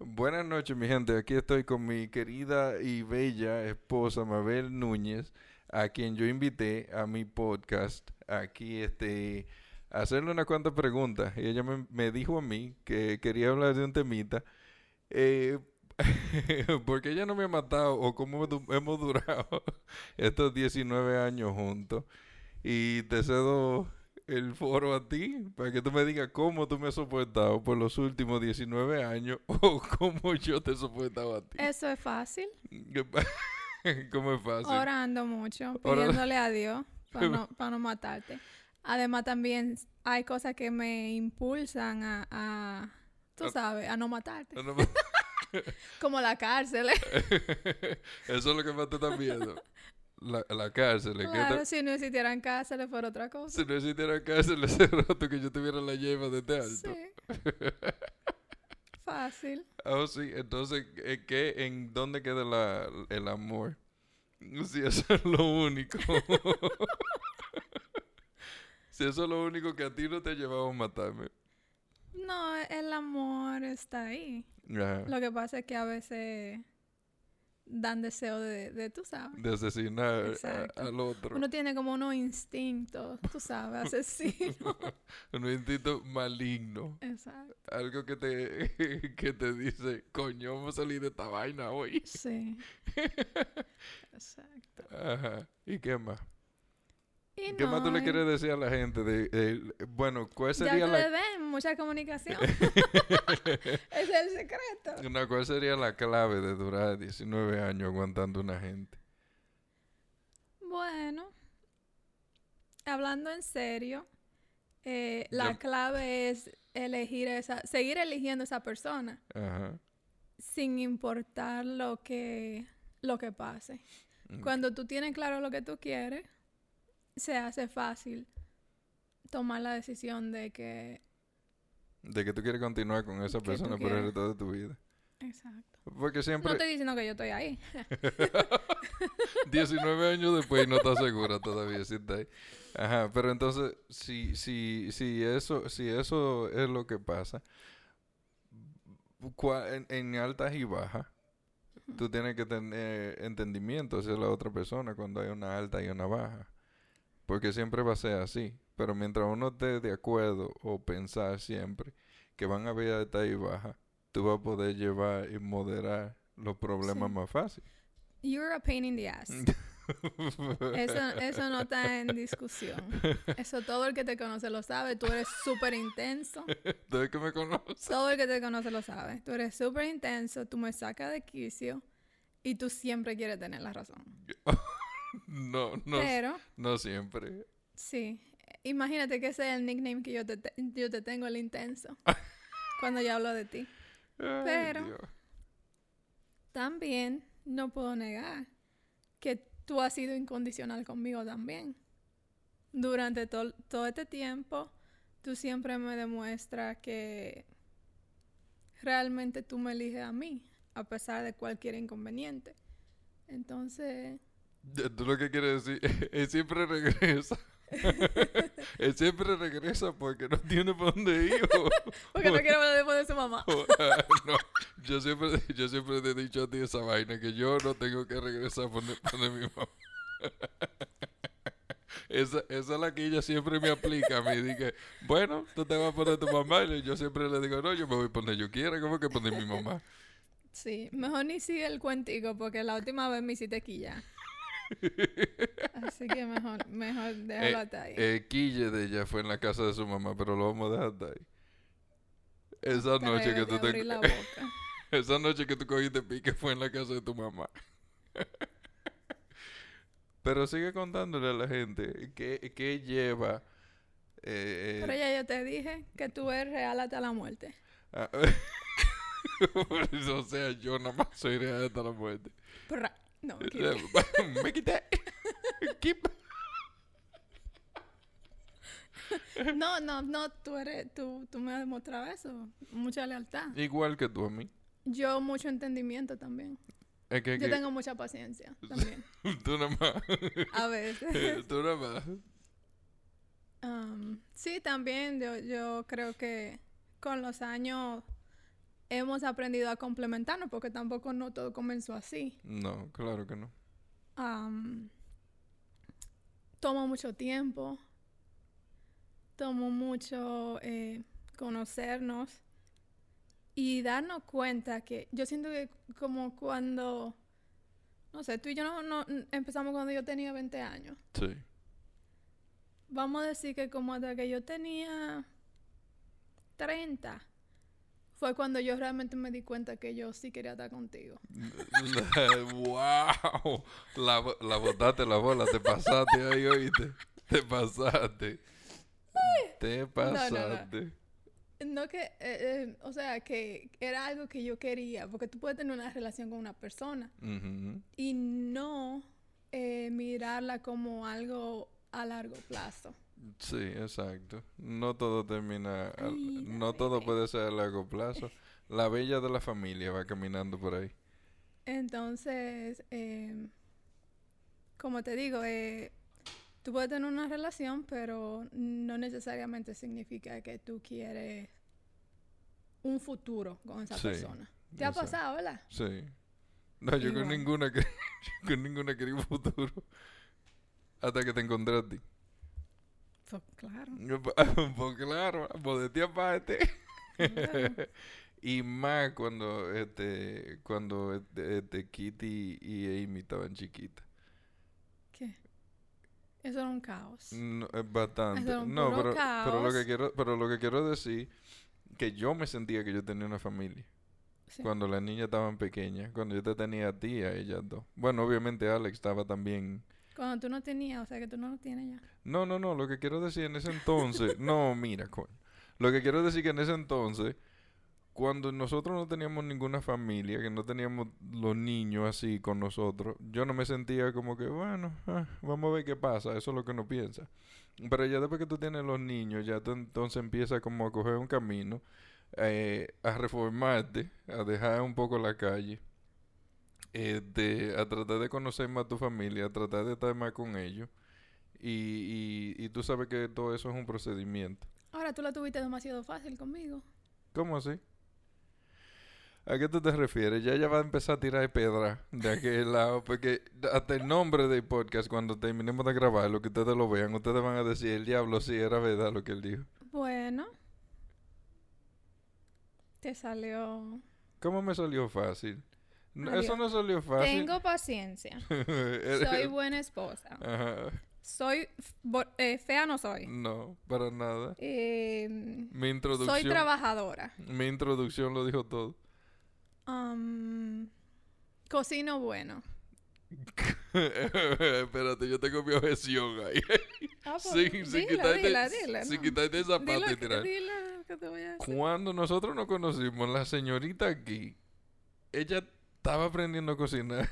Buenas noches, mi gente. Aquí estoy con mi querida y bella esposa Mabel Núñez, a quien yo invité a mi podcast. Aquí, este, a hacerle unas cuantas preguntas. Y ella me, me dijo a mí que quería hablar de un temita. Eh, porque ella no me ha matado o cómo du- hemos durado estos 19 años juntos. Y te cedo el foro a ti para que tú me digas cómo tú me has soportado por los últimos 19 años o cómo yo te he soportado a ti. Eso es fácil. ¿Cómo es fácil? Orando mucho, Ora- pidiéndole a Dios para no, pa' no matarte. Además, también hay cosas que me impulsan a, a, tú A- sabes, a no matarte. No, no, Como la cárcel. ¿eh? Eso es lo que más te está viendo. La, la cárcel. ¿qué te- Claro, si no existieran cárceles por otra cosa. Si no existiera cárcel, hace rato que yo tuviera la yema de este alto. Sí. Fácil. Oh, sí, entonces, ¿en ¿qué, ¿en dónde queda la, el amor? Si eso es lo único. si eso es lo único que a ti no te ha llevado a matarme. No, el amor está ahí. Ajá. Lo que pasa es que a veces dan deseo de, de tú sabes. De asesinar a- Exacto. al otro. Uno tiene como unos instintos, tú sabes, asesino. Un instinto maligno. Exacto. Algo que te, que te dice, coño, vamos a salir de esta vaina hoy. Sí. Exacto. Ajá. ¿Y qué más? Y ¿Qué más tú le no, quieres decir a la gente? De, de- bueno, ¿cuál Ya sería la ustedes ven, mucha comunicación. es el secreto. No, ¿cuál sería la clave de durar 19 años aguantando una gente? Bueno, hablando en serio, eh, la Ya- clave es elegir esa, seguir eligiendo esa persona Ajá. sin importar lo que, lo que pase. Mm. Cuando tú tienes claro lo que tú quieres, se hace fácil tomar la decisión de que... De que tú quieres continuar con esa Que tú persona por el quieras. resto de tu vida. Exacto. Porque No siempre estoy diciendo que yo estoy ahí. 19 años después y no estás segura todavía si está ahí. Ajá, pero entonces si si si eso si eso es lo que pasa cua- en, en altas y bajas tú tienes que tener eh, entendimiento hacia la otra persona cuando hay una alta y una baja. Porque siempre va a ser así. Pero mientras uno esté de acuerdo o pensar siempre que van a haber altas y bajas, tú vas a poder llevar y moderar los problemas Sí. más fácil. You're a pain in the ass. Eso, eso no está en discusión. Eso todo el que te conoce lo sabe. Tú eres súper intenso. Tú es que me conoces. Todo el que te conoce lo sabe. Tú eres súper intenso. Tú me sacas de quicio. Y tú siempre quieres tener la razón. No, no, Pero, no siempre. sí. Imagínate que ese es el nickname que yo te, te- yo te tengo, el intenso. cuando yo hablo de ti. Ay, Pero- Dios. También no puedo negar que tú has sido incondicional conmigo también. Durante tol- todo este tiempo, tú siempre me demuestras que realmente tú me eliges a mí, a pesar de cualquier inconveniente. Entonces, Ya, Tú lo que quieres decir, él siempre regresa. él siempre regresa porque no tiene para dónde ir. o- porque no quiero hablar después de su mamá. o- no, yo siempre, yo siempre te he dicho a ti esa vaina que yo no tengo que regresar por donde mi mamá. Esa, esa es la que ella siempre me aplica a mí. Dije, bueno, tú te vas a poner tu mamá. Y yo siempre le digo, no, yo me voy a poner yo quiera. ¿Cómo que poner mi mamá? Sí, mejor ni sigue el cuentico, porque la última vez me hiciste quilla. Así que mejor, mejor déjalo hasta ahí. Eh, Quille de ella fue en la casa de su mamá, pero lo vamos a dejar hasta ahí. Esa Te noche, que debes de tú abrir te, la boca. esa noche que tú cogiste pique fue en la casa de tu mamá. pero sigue contándole a la gente qué, qué lleva. eh, Pero eh, ya yo te dije que tú eres real hasta la muerte. a- eh, o sea, yo nada más soy real hasta la muerte. Prra. No, aquí- Me quité. Keep. no, no, no, tú eres, tú, tú me has demostrado eso, mucha lealtad. Igual que tú a mí. Yo mucho entendimiento también. Es que, Yo que tengo mucha paciencia también, tú nada más. a veces. tú nada más. Um, Am, sí, también yo, yo creo que con los años hemos aprendido a complementarnos porque tampoco no todo comenzó así. No, claro que no. Am, toma mucho tiempo, tomó mucho eh, conocernos y darnos cuenta que yo siento que como cuando, no sé, tú y yo no, no- empezamos cuando yo tenía 20 años. Sí. Vamos a decir que como hasta que yo tenía 30 fue cuando yo realmente me di cuenta que yo sí quería estar contigo. ¡Wow! La, bo- la botaste la bola, te pasaste ahí, oíste. Te pasaste. Te pasaste. No que, eh, eh, o sea, que era algo que yo quería, porque tú puedes tener una relación con una persona Ujú. y no eh, mirarla como algo a largo plazo. Sí, exacto. No todo termina. al- Ay, la no todo bebé. puede ser a largo plazo. La bella de la familia va caminando por ahí. Entonces, eh, como te digo, eh, tú puedes tener una relación, pero no necesariamente significa que tú quieres un futuro con esa Sí, persona. ¿Te ha exacto. pasado, verdad? Sí. No, yo con Igual. ninguna, que- yo con ninguna quería un futuro. Hasta que te encontré a ti. Pues claro. Yo, pa- Pues claro, pues de ti aparte. claro. Y más cuando este cuando este, este, Kitty y Amy estaban chiquitas. ¿Qué? Eso era un caos. No, es bastante. Eso es un No, puro pero, pero lo caos. que quiero, pero lo que quiero decir que yo me sentía que yo tenía una familia. Sí. Cuando las niñas estaban pequeñas, cuando yo te tenía a ti y a ellas dos. Bueno, obviamente Alex estaba también. Cuando tú no tenías, o sea que tú no lo tienes ya. No, no, no, lo que quiero decir en ese entonces, no, mira, coño. Lo que quiero decir que en ese entonces, cuando nosotros no teníamos ninguna familia, que no teníamos los niños así con nosotros, yo no me sentía como que, bueno, ah, vamos a ver qué pasa, eso es lo que uno piensa. Pero ya después que tú tienes los niños, ya tú entonces empiezas como a coger un camino, eh, a reformarte, a dejar un poco la calle, este, a tratar de conocer más tu familia, a tratar de estar más con ellos. Y, y, y tú sabes que todo eso es un procedimiento. Ahora tú la tuviste demasiado fácil conmigo. ¿Cómo así? ¿A qué tú te refieres? Ya ella va a empezar a tirar piedra de aquel lado, porque hasta el nombre del podcast, cuando terminemos de grabar, lo que ustedes lo vean, ustedes van a decir, el diablo sí era verdad lo que él dijo. Bueno. Te salió. ¿Cómo me salió fácil? No, Adiós. eso no salió fácil. Eh, Tengo paciencia. Soy buena esposa. Ajá. Soy f- bo- eh, fea no soy. No, para nada. Eh, Mi soy introducción, trabajadora. mi introducción lo dijo todo. Am, cocino bueno. Espérate, yo tengo mi objeción ahí. Ah, pues, sin, sin dila, quitarte, dila, dila, sin no. quitarte el zapato Dilo y que- tirar. dilo que te voy a decir. Cuando nosotros nos conocimos, la señorita aquí, ella estaba aprendiendo a cocinar.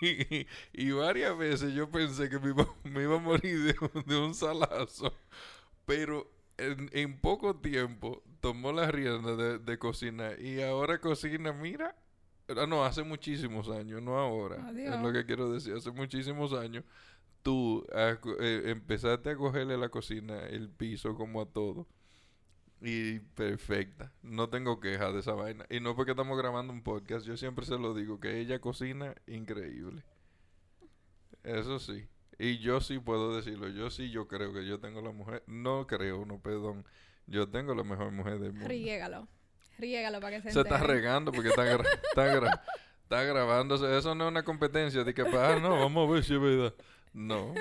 y, varias veces yo pensé que me iba, me iba a morir de, un- de un salazo. Pero en, en poco tiempo tomó la rienda de, de cocinar. Y ahora cocina, mira. Ah, No, hace muchísimos años, no ahora. Es lo Adiós. que quiero decir. Hace muchísimos años tú a co- eh, empezaste a cogerle la cocina, el piso, como a todo. Y perfecta. No tengo quejas de esa vaina. Y no porque estamos grabando un podcast. Yo siempre se lo digo, que ella cocina increíble. Eso sí. Y yo sí puedo decirlo. Yo sí, yo creo que yo tengo la mujer. No creo, no, perdón. Yo tengo la mejor mujer del mundo. Riégalo. Riégalo para que se Se está entere. regando porque está, gra- está, gra- está grabándose. Eso no es una competencia de que, ah, no, vamos a ver si es verdad. No,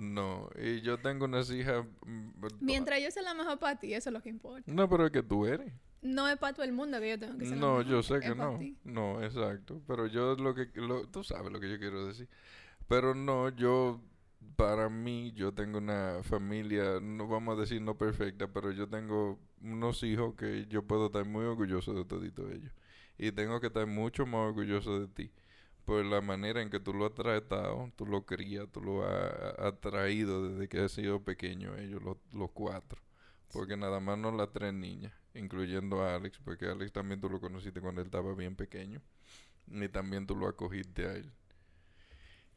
no. Y yo tengo unas hijas. mm, Mientras yo sea la mejor para ti, eso es lo que importa. No, pero es que tú eres. No es para todo el mundo que yo tengo que ser la No, mejor, yo sé es que pa' no. ti. No, exacto. Pero yo lo que... lo- tú sabes lo que yo quiero decir. Pero no, yo... Para mí, yo tengo una familia, no vamos a decir no perfecta, pero yo tengo unos hijos que yo puedo estar muy orgulloso de todito ellos. Y tengo que estar mucho más orgulloso de ti. Por la manera en que tú lo has tratado, tú lo crías, tú lo has has traído desde que has sido pequeño ellos, los, los cuatro. Porque nada más no las tres niñas, incluyendo a Alex, porque Alex también tú lo conociste cuando él estaba bien pequeño. Y también tú lo acogiste a él.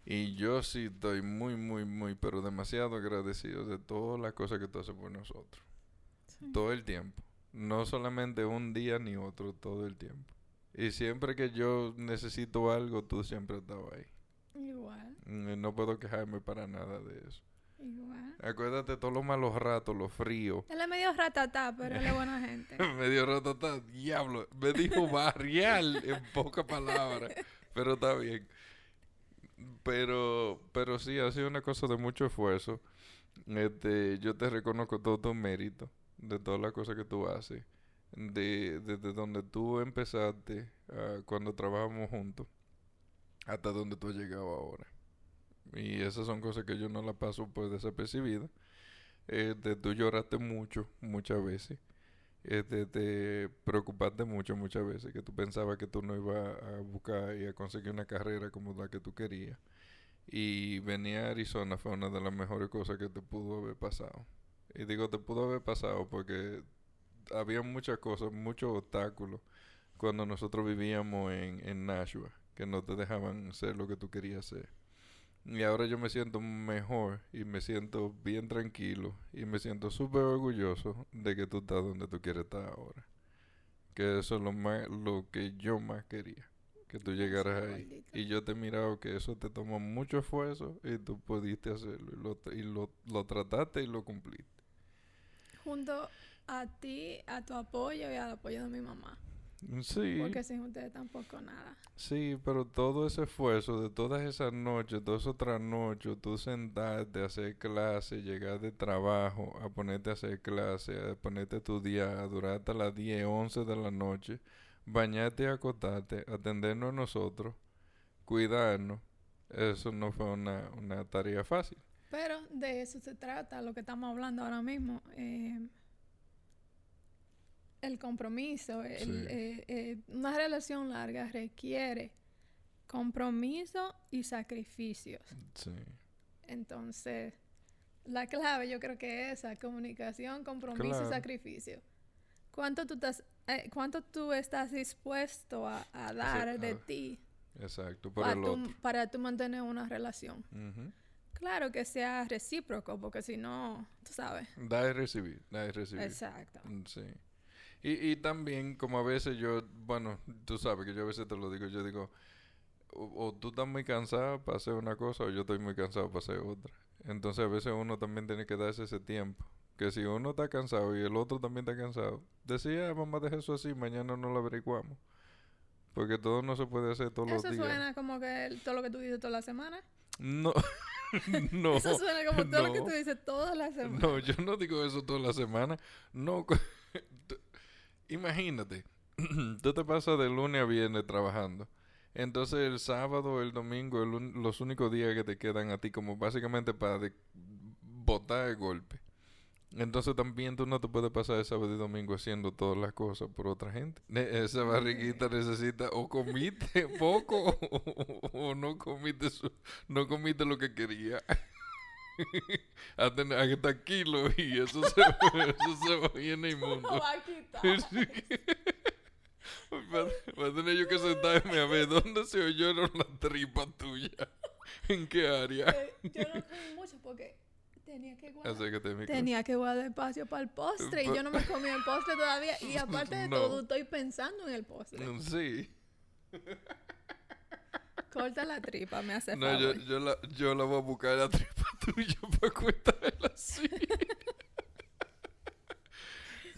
Y yo sí estoy muy, muy, muy, pero demasiado agradecido de todas las cosas que tú haces por nosotros. Sí. Todo el tiempo. No solamente un día ni otro, todo el tiempo. Y siempre que yo necesito algo, tú siempre has estado ahí. Igual, Mm, No puedo quejarme para nada de eso. igual. Acuérdate todos los malos ratos, los fríos. Él es medio ratatá, pero él es buena gente. me dio ratatá, diablo. Me dijo barrial en pocas palabras. Pero está bien. Pero, pero sí, ha sido una cosa de mucho esfuerzo. Este, yo te reconozco todo tu mérito de todas las cosas que tú haces. De, desde donde tú empezaste, ah, cuando trabajamos juntos, hasta donde tú has llegado ahora. Y esas son cosas que yo no las paso pues desapercibida. Este, tú lloraste mucho, muchas veces este, te preocupaste mucho muchas veces, que tú pensabas que tú no ibas a buscar y a conseguir una carrera como la que tú querías. Y venir a Arizona fue una de las mejores cosas que te pudo haber pasado. Y digo, te pudo haber pasado porque había muchas cosas, muchos obstáculos cuando nosotros vivíamos en, en Nashua, que no te dejaban ser lo que tú querías ser. Y ahora yo me siento mejor y me siento bien tranquilo y me siento súper orgulloso de que tú estás donde tú quieres estar ahora. Que eso es lo más, lo que yo más quería, que tú llegaras Gracias, ahí. gordito. Y yo te he mirado que eso te tomó mucho esfuerzo y tú pudiste hacerlo y lo, y lo, lo trataste y lo cumpliste. Junto a ti, a tu apoyo y al apoyo de mi mamá. Sí. Porque sin ustedes tampoco nada. Sí, pero todo ese esfuerzo de todas esas noches, todas esas trasnochos, tú sentarte a hacer clase, llegar de trabajo, a ponerte a hacer clase, a ponerte a estudiar, a durar hasta las 10, 11 de la noche, bañarte y acostarte, atendernos a nosotros, cuidarnos, eso no fue una, una tarea fácil. Pero de eso se trata, lo que estamos hablando ahora mismo. eh, el compromiso, el- Sí. eh, eh, una relación larga requiere compromiso y sacrificios. Sí. Entonces, la clave yo creo que es esa, comunicación, compromiso Claro. y sacrificio. ¿Cuánto tú estás, eh, cuánto tú estás dispuesto a, a dar de a- ti Exacto, para para el Ah, tú, otro. para tú mantener una relación? Ujú. Claro que sea recíproco, porque si no, tú sabes. Dar y recibir, dar y recibir. Exacto. Mm, Sí. Y, y también, como a veces yo, bueno, tú sabes que yo a veces te lo digo, yo digo, o, o tú estás muy cansada para hacer una cosa o yo estoy muy cansado para hacer otra. Entonces a veces uno también tiene que darse ese tiempo. Que si uno está cansado y el otro también está cansado, decía, vamos a dejar eso así, mañana no lo averiguamos. Porque todo no se puede hacer todos Eso los días. suena como que el- todo lo que tú dices toda la semana. No, no. Eso suena como todo lo que no. tú dices toda la semana. No, yo no digo eso toda la semana. No. co- tú- Imagínate, tú te pasas de lunes a viernes trabajando. Entonces el sábado, el domingo, el un- los únicos días que te quedan a ti como básicamente para de- botar el golpe. Entonces también tú no te puedes pasar el sábado y domingo haciendo todas las cosas por otra gente. Ne- Esa barriguita necesita o comiste poco o, o no comiste su- no comiste lo que quería a tener a estar kilo y eso se, eso se va bien Lo inmundo. va a quitar. Así que- Va va a tener yo que sentarme a ver dónde se oyeron las tripas tuyas. ¿En qué área? Eh, Yo no comí mucho porque tenía que guardar. Acércate al micrófono. Tenía que guardar espacio para el postre y yo no me comí el postre todavía. Y aparte de No. todo, estoy pensando en el postre. Mm, Sí. Corta la tripa, me hace No, yo, favor. yo, la, yo la voy a buscar la tripa tuya para cortarla así.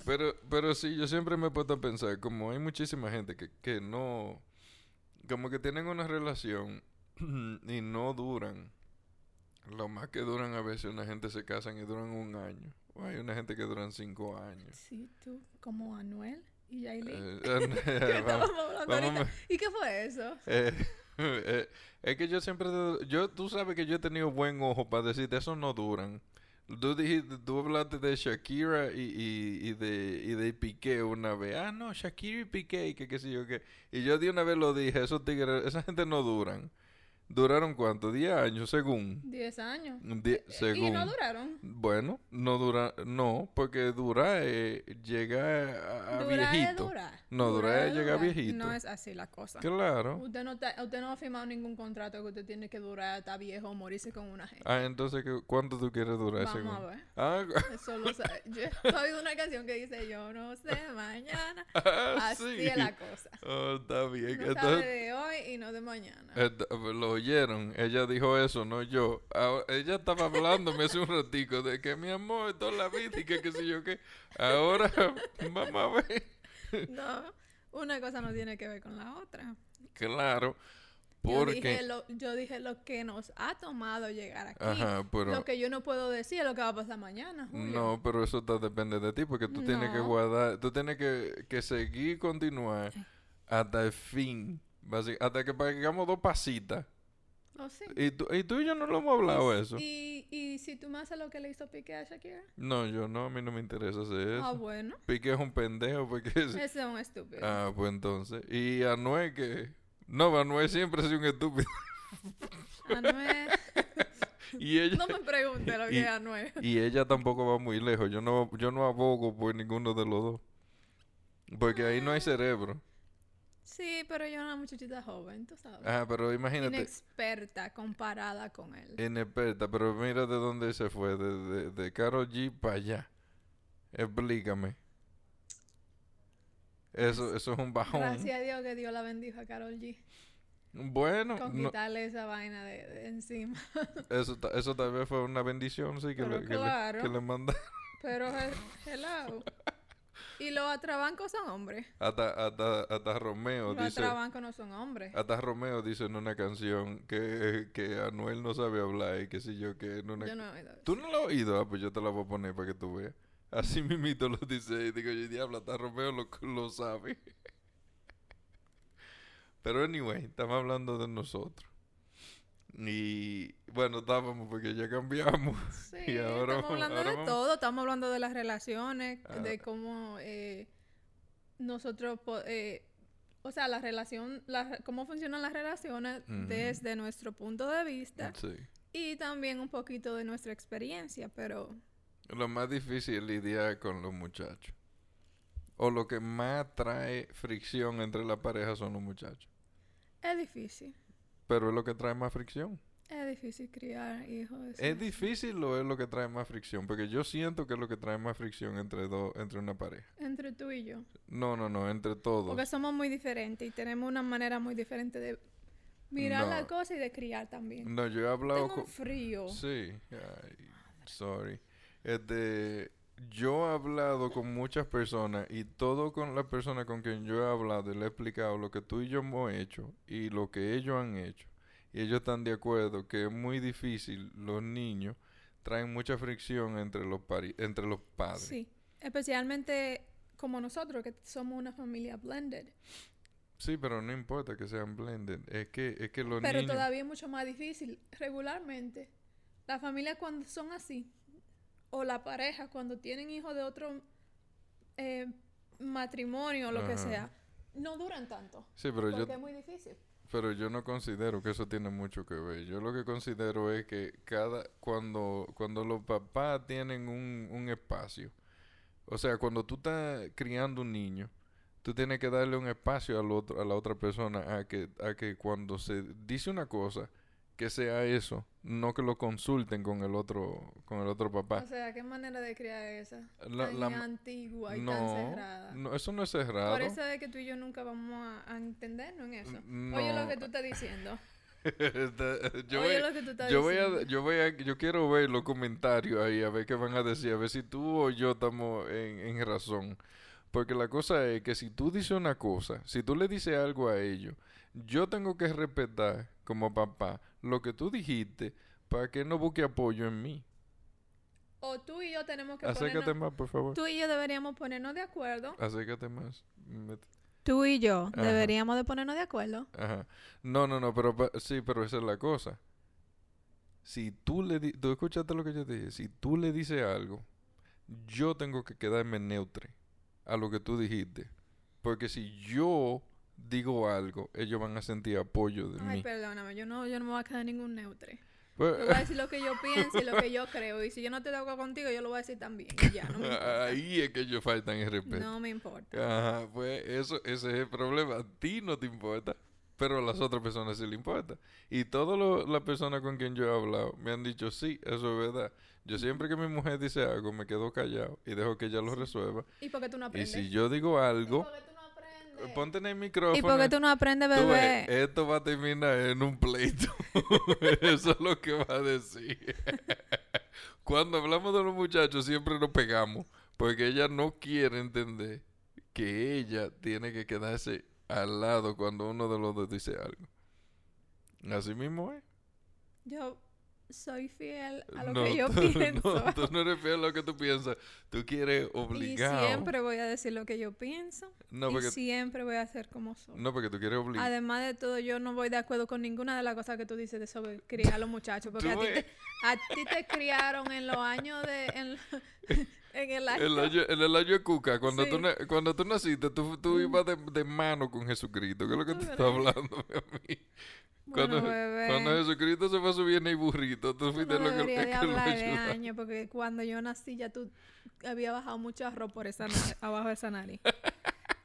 pero, pero sí, yo siempre me he puesto a pensar, como hay muchísima gente que, que no, como que tienen una relación y no duran. Lo más que duran a veces, una gente se casan y duran un año. O hay una gente que duran cinco años. Sí, tú, como Anuel y Yailin. Eh, que vamos- estábamos hablando vamos ahorita. ¿Y qué fue eso? eh, eh, es que yo siempre, te- yo, tú sabes que yo he tenido buen ojo para decirte, eso no duran. Tú dijiste, tú hablaste de Shakira y, y, y de, y de Piqué una vez. Ah, no, Shakira y Piqué, y que qué sé yo qué. Y yo de una vez lo dije, esos tigres, esa gente no duran. duraron cuánto, 10 años según. 10 años. Die- según. Y no duraron. Bueno, no dura, no, porque dura eh, llega a, a Durar es viejito. durar. No, durar es llegar durar. viejito. No es así la cosa. Claro. Usted no, ta- usted no ha firmado ningún contrato que usted tiene que durar hasta viejo o morirse con una gente. Ah, entonces, ¿qué- ¿cuánto tú quieres durar según? Vamos a ver. Ah, Eso lo sabe. Yo he oído una canción que dice yo no sé mañana. ah, Así sí. es la cosa. Oh, está bien. No sabe entonces, de hoy y no de mañana. Esta- Lo oyeron, ella dijo eso, no yo. Ah, ella estaba hablándome hace un ratico de que mi amor, toda la vida y que qué sé yo qué. Ahora, vamos a ver. Eh. No, una cosa no tiene que ver con la otra. Claro, Yo dije, porque... lo, yo dije lo que nos ha tomado llegar aquí. Ajá, pero... Lo que yo no puedo decir es lo que va a pasar mañana. Julio. No, pero eso ta- depende de ti, porque tú tienes que No. guardar, tú tienes que, que seguir, continuar hasta el fin, basi- hasta que hagamos dos pasitas. Oh, sí. Y tú, y tú y yo no lo hemos hablado eso. Y, y si tú me haces lo que le hizo Piqué a Shakira. No, yo no, a mí no me interesa hacer eso. Ah, bueno. Piqué es un pendejo, porque... es- Ese es un estúpido. Ah, pues entonces. Y Anuel que... No, Anuel siempre ha sido un estúpido. Anuel, Y ella, Ah, no me pregunte lo Y- que es Anuel. y ella tampoco va muy lejos. Yo no, yo no abogo por ninguno de los dos. Porque ahí Ah. no hay cerebro. Sí, pero yo era una muchachita joven, tú sabes. Ah, pero imagínate. Eh, Inexperta comparada con él. Inexperta, pero mira de dónde se fue. De, de, de Karol G para allá. Explícame. Eso, eso es un bajón. Gracias a Dios que Dios la bendijo a Carol G. Bueno, Con no- quitarle esa vaina de, de encima. eso, ta- eso tal vez fue una bendición, sí, que, Pero le, que le- claro. que le manda. Pero, he- hello. Y los atrabancos son hombres. Hasta, hasta, hasta Romeo Los dice. Ah, atrabancos no son hombres. Hasta Romeo dice en una canción que, que Anuel no sabe hablar y qué sé yo, que en una... Yo no eh, he oído eso. ¿Tú no lo has oído? Ah, pues yo te la voy a poner para que tú veas. Así mismito lo dice y digo, yo diablo, hasta Romeo lo, lo sabe. Pero anyway, estamos hablando de nosotros. Y bueno, estábamos porque ya cambiamos. Sí, Y ahora estamos vamos- hablando ahora de vamos- Ah, todo, estamos hablando de las relaciones, Ahora- de cómo eh, nosotros, po- eh, o sea, la relación, la- cómo funcionan las relaciones Ujú. desde nuestro punto de vista Sí. y también un poquito de nuestra experiencia, pero Lo más difícil es lidiar con los muchachos. O lo que más trae fricción entre la pareja son los muchachos. es difícil, Pero es lo que trae más fricción. es difícil criar hijos. de ¿Es su- difícil o es lo que trae más fricción? Porque yo siento que es lo que trae más fricción entre dos, entre una pareja. Entre tú y yo, No, no, no, entre todos. porque somos muy diferentes y tenemos una manera muy diferente de mirar No. la cosa y de criar también. No, yo he hablado Tengo con... un frío. Sí, ay, sorry. Este, yo he hablado con muchas personas y todo con la persona con quien yo he hablado y le he explicado lo que tú y yo hemos hecho y lo que ellos han hecho. Y ellos están de acuerdo que es muy difícil, los niños traen mucha fricción entre los, pari- entre los padres. Sí, especialmente como nosotros, que somos una familia blended. Sí, pero no importa que sean blended. Es que, es que los pero niños... todavía es mucho más difícil regularmente. Las familias cuando son así, o la pareja cuando tienen hijos de otro eh, matrimonio o lo que Ajá. sea, no duran tanto. Sí, pero Porque yo, es muy difícil. pero yo no considero que eso tiene mucho que ver. Yo lo que considero es que cada... Cuando, cuando los papás tienen un, un espacio. O sea, cuando tú estás criando un niño, tú tienes que darle un espacio al otro, a la otra persona a que, a que cuando se dice una cosa, que sea eso. No que lo consulten con el otro, con el otro papá. O sea, ¿qué manera de criar es esa? La- tan la- antigua y tan no, cerrada. no, eso no es cerrado. Por eso es que tú y yo nunca vamos a, a entendernos en eso. Oye No. lo que tú estás diciendo. Está- yo Oye voy, lo que tú estás yo voy a, diciendo. yo voy a, yo quiero ver los comentarios ahí, a ver qué van a decir, a ver si tú o yo estamos en, en razón. Porque la cosa es que si tú dices una cosa, si tú le dices algo a ellos, yo tengo que respetar como papá lo que tú dijiste para que no busque apoyo en mí. O tú y yo tenemos que Acércate ponernos... más, por favor. Tú y yo deberíamos ponernos de acuerdo. Acércate más. Mete- Tú y yo Ajá. deberíamos de ponernos de acuerdo. Ajá. No, no, no, pero pa- sí, pero esa es la cosa. Si tú le di- tú escuchaste lo que yo te dije, si tú le dices algo, yo tengo que quedarme neutre a lo que tú dijiste. Porque si yo digo algo, ellos van a sentir apoyo de Ay, mí. perdóname, yo no, yo no me voy a quedar ningún neutre. Pues- Yo voy a decir lo que yo pienso y lo que yo creo. Y si yo no estoy de acuerdo contigo, yo lo voy a decir también. y ya, no me importa. Ahí es que ellos faltan el respeto. No me importa. Ajá, pues eso, ese es el problema. A ti no te importa, pero a las otras personas sí le importa. Y todas las personas con quien yo he hablado me han dicho, sí, eso es verdad. Yo siempre que mi mujer dice algo, me quedo callado y dejo que ella lo resuelva. ¿Y por qué tú no Y aprendes? si yo digo algo, por qué tú no aprendes? ponte en el ¿Y por micrófono. qué tú no aprendes, Tú ves, bebé? esto va a terminar en un pleito. Eso es lo que va a decir. Cuando hablamos de los muchachos siempre nos pegamos. Porque ella no quiere entender que ella tiene que quedarse al lado cuando uno de los dos dice algo. Así mismo es. Yo soy fiel a lo no, que yo tú, pienso. no, tú no eres fiel a lo que tú piensas. Tú quieres y obligado. siempre voy a decir lo que yo pienso. no, y porque, siempre voy a ser como soy. no, porque tú quieres obligar. Además de todo, yo no voy de acuerdo con ninguna de las cosas que tú dices de sobre criar a los muchachos. Porque a Tú ti, ves. te, a ti te criaron en los años de. En, en el año. El año, el, el año de Cuca, cuando, tú, Sí. Mm. na- cuando tú naciste, tú, tú ibas de, de mano con Jesucristo. ¿Qué es lo que ¿Tú tú estás crees? hablando, mi amigo? bueno, cuando- bebé. Cuando Jesucristo se fue a subir en el burrito, tú tú fuiste no lo que, deberías que Pues, de lo hablar de ayudaste. años, porque cuando yo nací ya tú había bajado mucho arroz por esa na- abajo de esa nariz.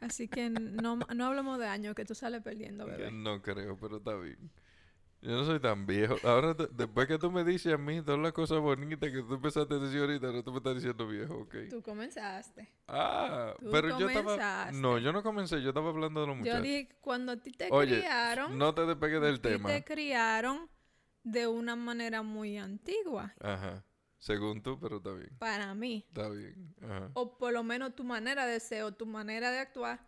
Así que no, no hablemos de años, que tú sales perdiendo, Yo bebé. No creo, pero está bien. Yo no soy tan viejo. Ahora, te- después que tú me dices a mí todas las cosas bonitas que tú empezaste a decir ahorita, ahora tú me estás diciendo viejo, ok. Tú comenzaste. ah, tú pero yo estaba. comenzaste. No, yo no comencé, yo estaba hablando de los Yo muchachos. dije que cuando a ti te Oye, criaron, no te despegues del a ti tema. te criaron de una manera muy antigua, Ajá. Según tú, pero está bien. para mí. Está bien. Ajá. O por lo menos tu manera de ser o tu manera de actuar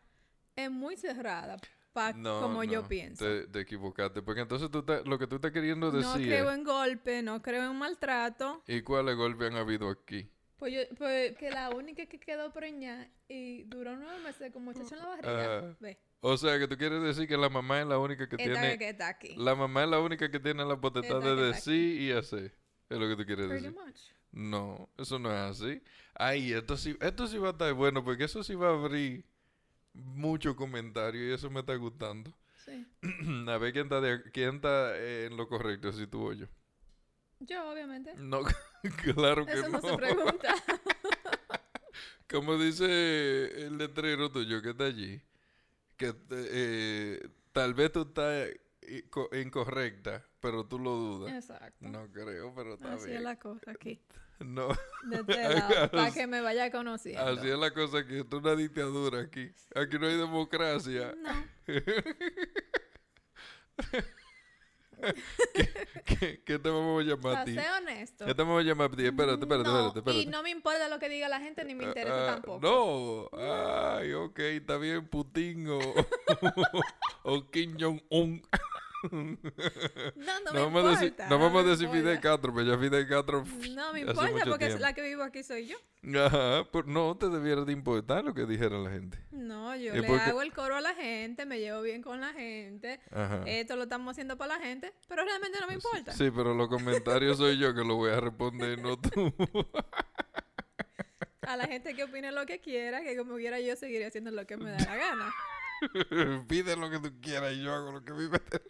es muy cerrada, pa- como yo no, pienso. Te, te equivocaste. Porque entonces tú te- lo que tú estás queriendo decir. eh. No creo es, en golpe, no creo en maltrato. ¿Y cuáles golpes han habido aquí? Pues, yo- pues que la única que quedó preñada y duró nueve meses con muchacho en la barriga, Ah, ve, O sea, que tú quieres decir que la mamá es la única que esta tiene. que está aquí. La mamá es la única que tiene la potestad Esta de que está decir y hacer. Es lo que tú quieres Pretty decir. much. No, eso no es así. Ay, esto sí, esto sí va a estar bueno porque eso sí va a abrir mucho comentario y eso me está gustando. Sí. a ver quién está, de- quién está eh, en lo correcto, si tú o yo. Yo, obviamente. No, claro que Eso no se pregunta. Como dice el letrero tuyo que está allí, que eh, tal vez tú estás inco- incorrecta, pero tú lo dudas. Exacto. No creo, pero está Así bien. es la cosa aquí. No, De este lado, para que me vaya conociendo. así es la cosa que esto es una dictadura aquí. Aquí no hay democracia. No, ¿Qué, qué te vamos a llamar para a ti? ser honesto. ¿Qué te vamos a llamar a ti? Espérate, espérate, no, espérate, espérate. Y no me importa lo que diga la gente, ni me interesa Ah, tampoco. No, ay, ok, está bien, Putin o, o Kim Jong-un. no, no, No, me vamos a decir, importa. no vamos a me decir Fidel importa. Mm. Castro, pero ya Fidel Castro. pff, No me hace importa mucho porque tiempo. la que vivo aquí soy yo. Ajá, pero no te debiera de importar lo que dijera la gente. No, yo Es le porque- hago el coro a la gente, me llevo bien con la gente. Ajá. Esto lo estamos haciendo para la gente, pero realmente Eh, no me importa. Ah. Pues Sí, pero los comentarios soy yo que los voy a responder, no tú. A la gente que opine lo que quiera, que como quiera yo seguiré haciendo lo que me da la gana. Pide lo que tú quieras y yo hago lo que a mí me dé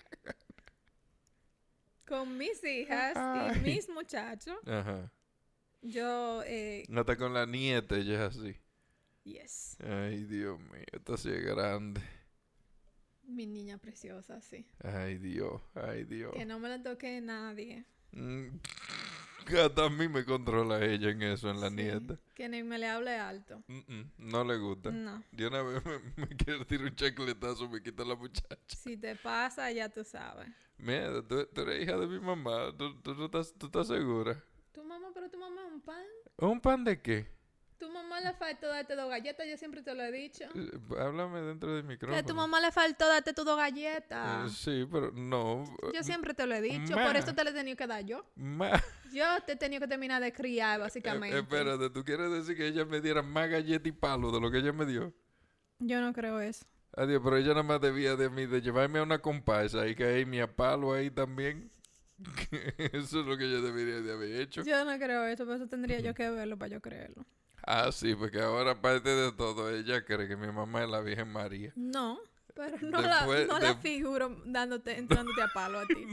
Con mis hijas Ay. y mis muchachos, la- Ajá. yo, eh, Hasta con la nieta ella es así. yes, Ay, Dios mío, esta sí es grande. mi niña preciosa, sí. Ay, Dios, ay, Dios. Que no me la toque nadie. Mm, Hasta a mí me controla ella en eso, en la Sí, nieta. Que ni me le hable alto. Mm, mm, no le gusta. No. De una vez me, me quiere tirar un chacletazo, me quita la muchacha. Si te pasa, ya tú sabes. Mira, tú, tú eres hija de mi mamá, tú, tú no estás, tú estás segura. Tu mamá, pero tu mamá es un pan. ¿Un pan de qué? Tu mamá le faltó darte dos galletas, yo siempre te lo he dicho. Eh, Háblame dentro del Que micrófono. a tu mamá le faltó darte tus dos Eh, galletas. sí, pero no. Yo siempre te lo he dicho, ma. por eso te lo he tenido que dar yo. Ma- Yo te he tenido que terminar de criar, Eh, básicamente. espérate, ¿tú quieres decir que ella me diera más galleta y palo de lo que ella me dio? Yo no creo eso. Adiós, pero ella nada más debía de mí, de llevarme a una comparsa y caerme a palo ahí también. Eso es lo que yo debería de haber hecho. Yo no creo eso, por eso tendría yo que verlo para yo creerlo. Ah, sí, porque ahora aparte de todo, ella cree que mi mamá es la Virgen María. No, Pero no, la, Después- no la de- figuro dándote, entrándote a palo a ti.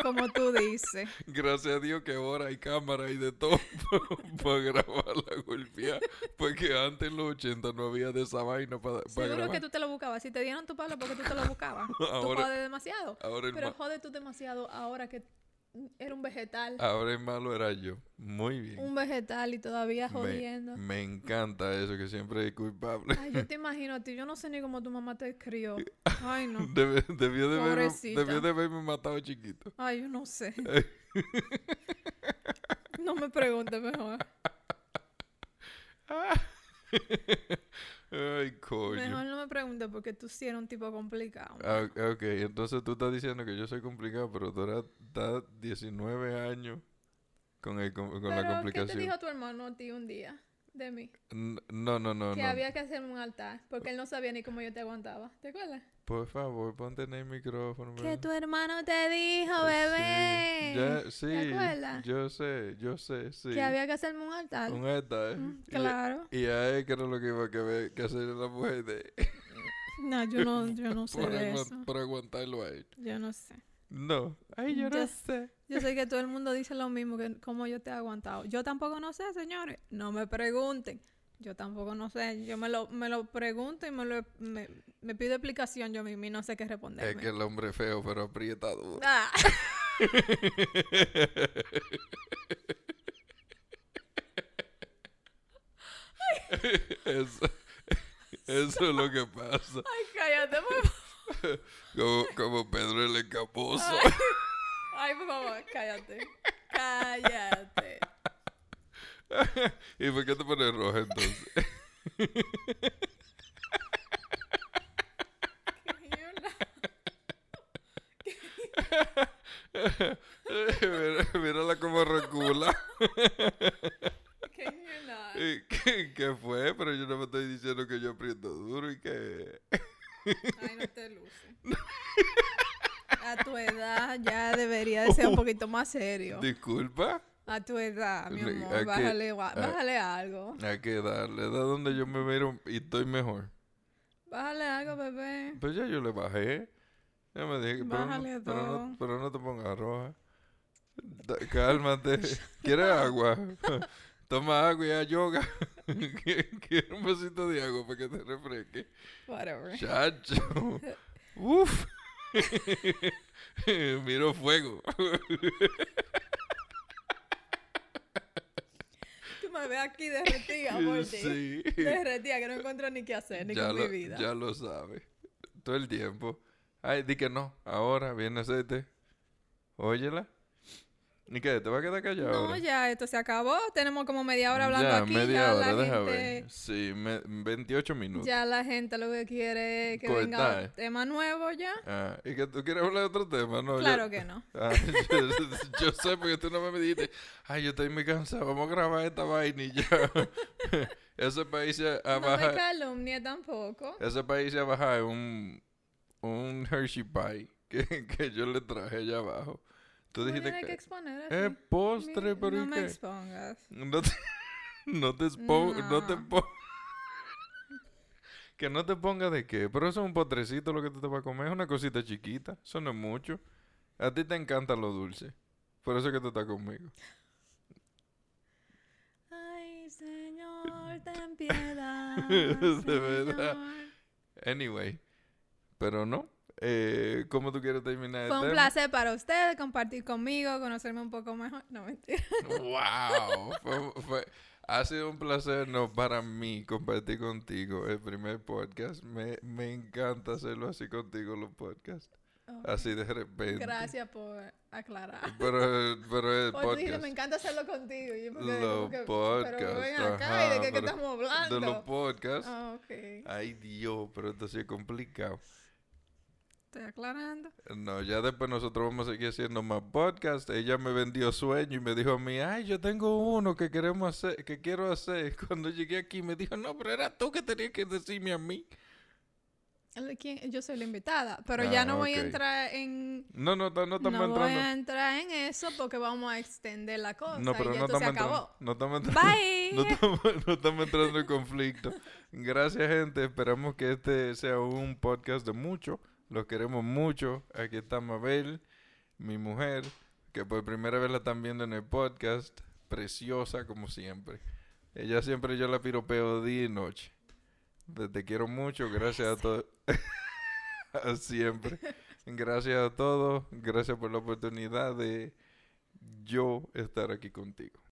Como tú dices. Gracias a Dios que ahora hay cámara y de todo para grabar la golpeada. Porque antes en los 80 no había de esa vaina para Seguro grabar. que tú te lo buscabas. Si te dieron tu palo, porque tú te lo buscabas? tú Ahora- jodes demasiado. Ahora el, Pero ma- jode tú demasiado ahora que era un vegetal. ahora el malo era yo. Muy bien. Un vegetal y todavía jodiendo. Me, me encanta eso, que siempre es culpable. Ay, yo te imagino a ti. Yo no sé ni cómo tu mamá te crió. Ay, no. Debe- debió, de haberme, Pobrecita. debió de haberme matado chiquito. Ay, yo no sé. No me preguntes mejor. Ay, coño. Mejor no me preguntes porque tú sí eres un tipo complicado. Ah, ok, entonces tú estás diciendo que yo soy complicado, pero tú eras- estás 19 años con, el, com- con la Pero, ¿qué te complicación. dijo tu hermano a ti un día de mí? N- No, no, no, que no. había que hacer un altar porque él no sabía ni cómo yo te aguantaba. ¿Te acuerdas? Por favor, ponte en el micrófono. bebé. hermano te dijo, Eh, Sí, ya- sí, acuerdas? yo sé, yo sé, sí. Que había que hacerme un altar. Un altar. Mm, Y- claro. Y, a él que era lo que iba a que, que hacer la mujer de, No, yo no, yo no sé por, de aguant- eso. por aguantarlo a él. Yo no sé. No. Ay, yo no Ya- sé. Yo sé que todo el mundo dice lo mismo, que cómo yo te he aguantado. Yo tampoco no sé, señores. No me pregunten. Yo tampoco no sé. Yo me lo, me lo pregunto y me, lo, me, me pido explicación yo misma y no sé qué Es responderme. que el hombre es feo, pero aprieta duro. Ah, Eso, eso es lo que pasa. ay, cállate, por favor. Como, como Pedro el Escaposo. Ay, por favor, cállate. Cállate. ¿Y por qué te pones roja entonces? mira, mírala como recula. Can you not? ¿Y ¿Qué, qué fue? Pero yo no me estoy diciendo que yo aprieto duro y que... Ay, no te luces. A tu edad ya debería de ser Uh. un poquito más serio. Disculpa. A tu edad, mi Le- amor, ¿a qué? bájale, ah. gua- bájale algo. Hay que darle. Da donde yo me miro y estoy mejor. Bájale algo, bebé. Pues ya yo le bajé. Ya me dije que pero no, Bájale pero no, dos. pero no te pongas roja. Da- cálmate. ¿Quieres agua? Toma agua y haz yoga. Qui- Quiero un vasito de agua para que te refresque. Whatever. Chacho. Uf. Miro fuego. Tú me ves aquí derretida por ti. sí. Derretida, que no encuentro ni qué hacer, ni Ya con lo, mi vida. ya lo sabe. Todo el tiempo. Ay, di que no. Ahora viene aceite. Óyela. ¿Y qué? ¿Te va a quedar callado? no, ahora? ya, esto se acabó. Tenemos como media hora hablando ya, aquí. media ya hora, la deja gente, ver. Sí, me- 28 minutos. ya la gente lo que quiere es que Pues venga Cortar. un tema nuevo ya. Ah, ¿Y que tú quieres hablar de otro tema? No, yo- claro que no. Ah, yo, yo sé porque tú no me dijiste, ay, yo estoy muy cansado, vamos a grabar esta vaina y ya. ese país a, a No me bajar, calumnie tampoco. ese país a bajar es un, un Hershey Pie que, que yo le traje allá abajo. Tú No dijiste tienes que que exponer así. es postre, Mi- pero no ¿y me qué? expongas. No te, no te expo- no te No. po- Que no te ponga de qué. Pero eso es un potrecito lo que tú te vas a comer. Es una cosita chiquita. Eso no es mucho. A ti te encanta lo dulce. Por eso es que tú estás conmigo. Ay, Señor, ten piedad. De verdad. Señor. Anyway. Pero no. Eh, ¿Cómo tú quieres terminar Fue el un tema? placer para ustedes compartir conmigo, conocerme un poco mejor. No, mentira. ¡Wow! Fue- fue- ha sido un placer, no, para mí, compartir contigo el primer podcast. Me, me encanta hacerlo así contigo, los podcasts. Ok. Así de repente. Gracias por aclarar. Pero, pero el Porque tú dijiste, Este podcast. me encanta hacerlo contigo. Y yo me quedé como Los que, Pero ven podcasts. acá, ¿y ajá, de qué, que pero- estamos hablando? De los podcasts. Ah, ok. Ay, Dios, pero esto sí es complicado. Estoy aclarando. No, ya después nosotros vamos a seguir haciendo más podcasts. Ella me vendió sueño y me dijo a mí, ay, yo tengo uno que queremos hacer, que quiero hacer. Cuando llegué aquí me dijo, no, pero era tú que tenías que decirme a mí. El- ¿quién? Yo soy la invitada, pero ya Ah, no voy ok. a entrar en... No, no, ta- no No, estamos voy a entrando. entrar en eso porque vamos a extender la cosa. No, pero y no esto se estamos entrando. acabó. No estamos entrando. Bye. No estamos, no estamos entrando en conflicto. Gracias, gente. Esperamos que este sea un podcast de mucho. Los queremos mucho. Aquí está Mabel, mi mujer, que por primera vez la están viendo en el podcast. Preciosa, como siempre. Ella siempre yo la piropeo día y noche. Te, te quiero mucho. Gracias a todos. siempre. Gracias a todos. Gracias por la oportunidad de yo estar aquí contigo.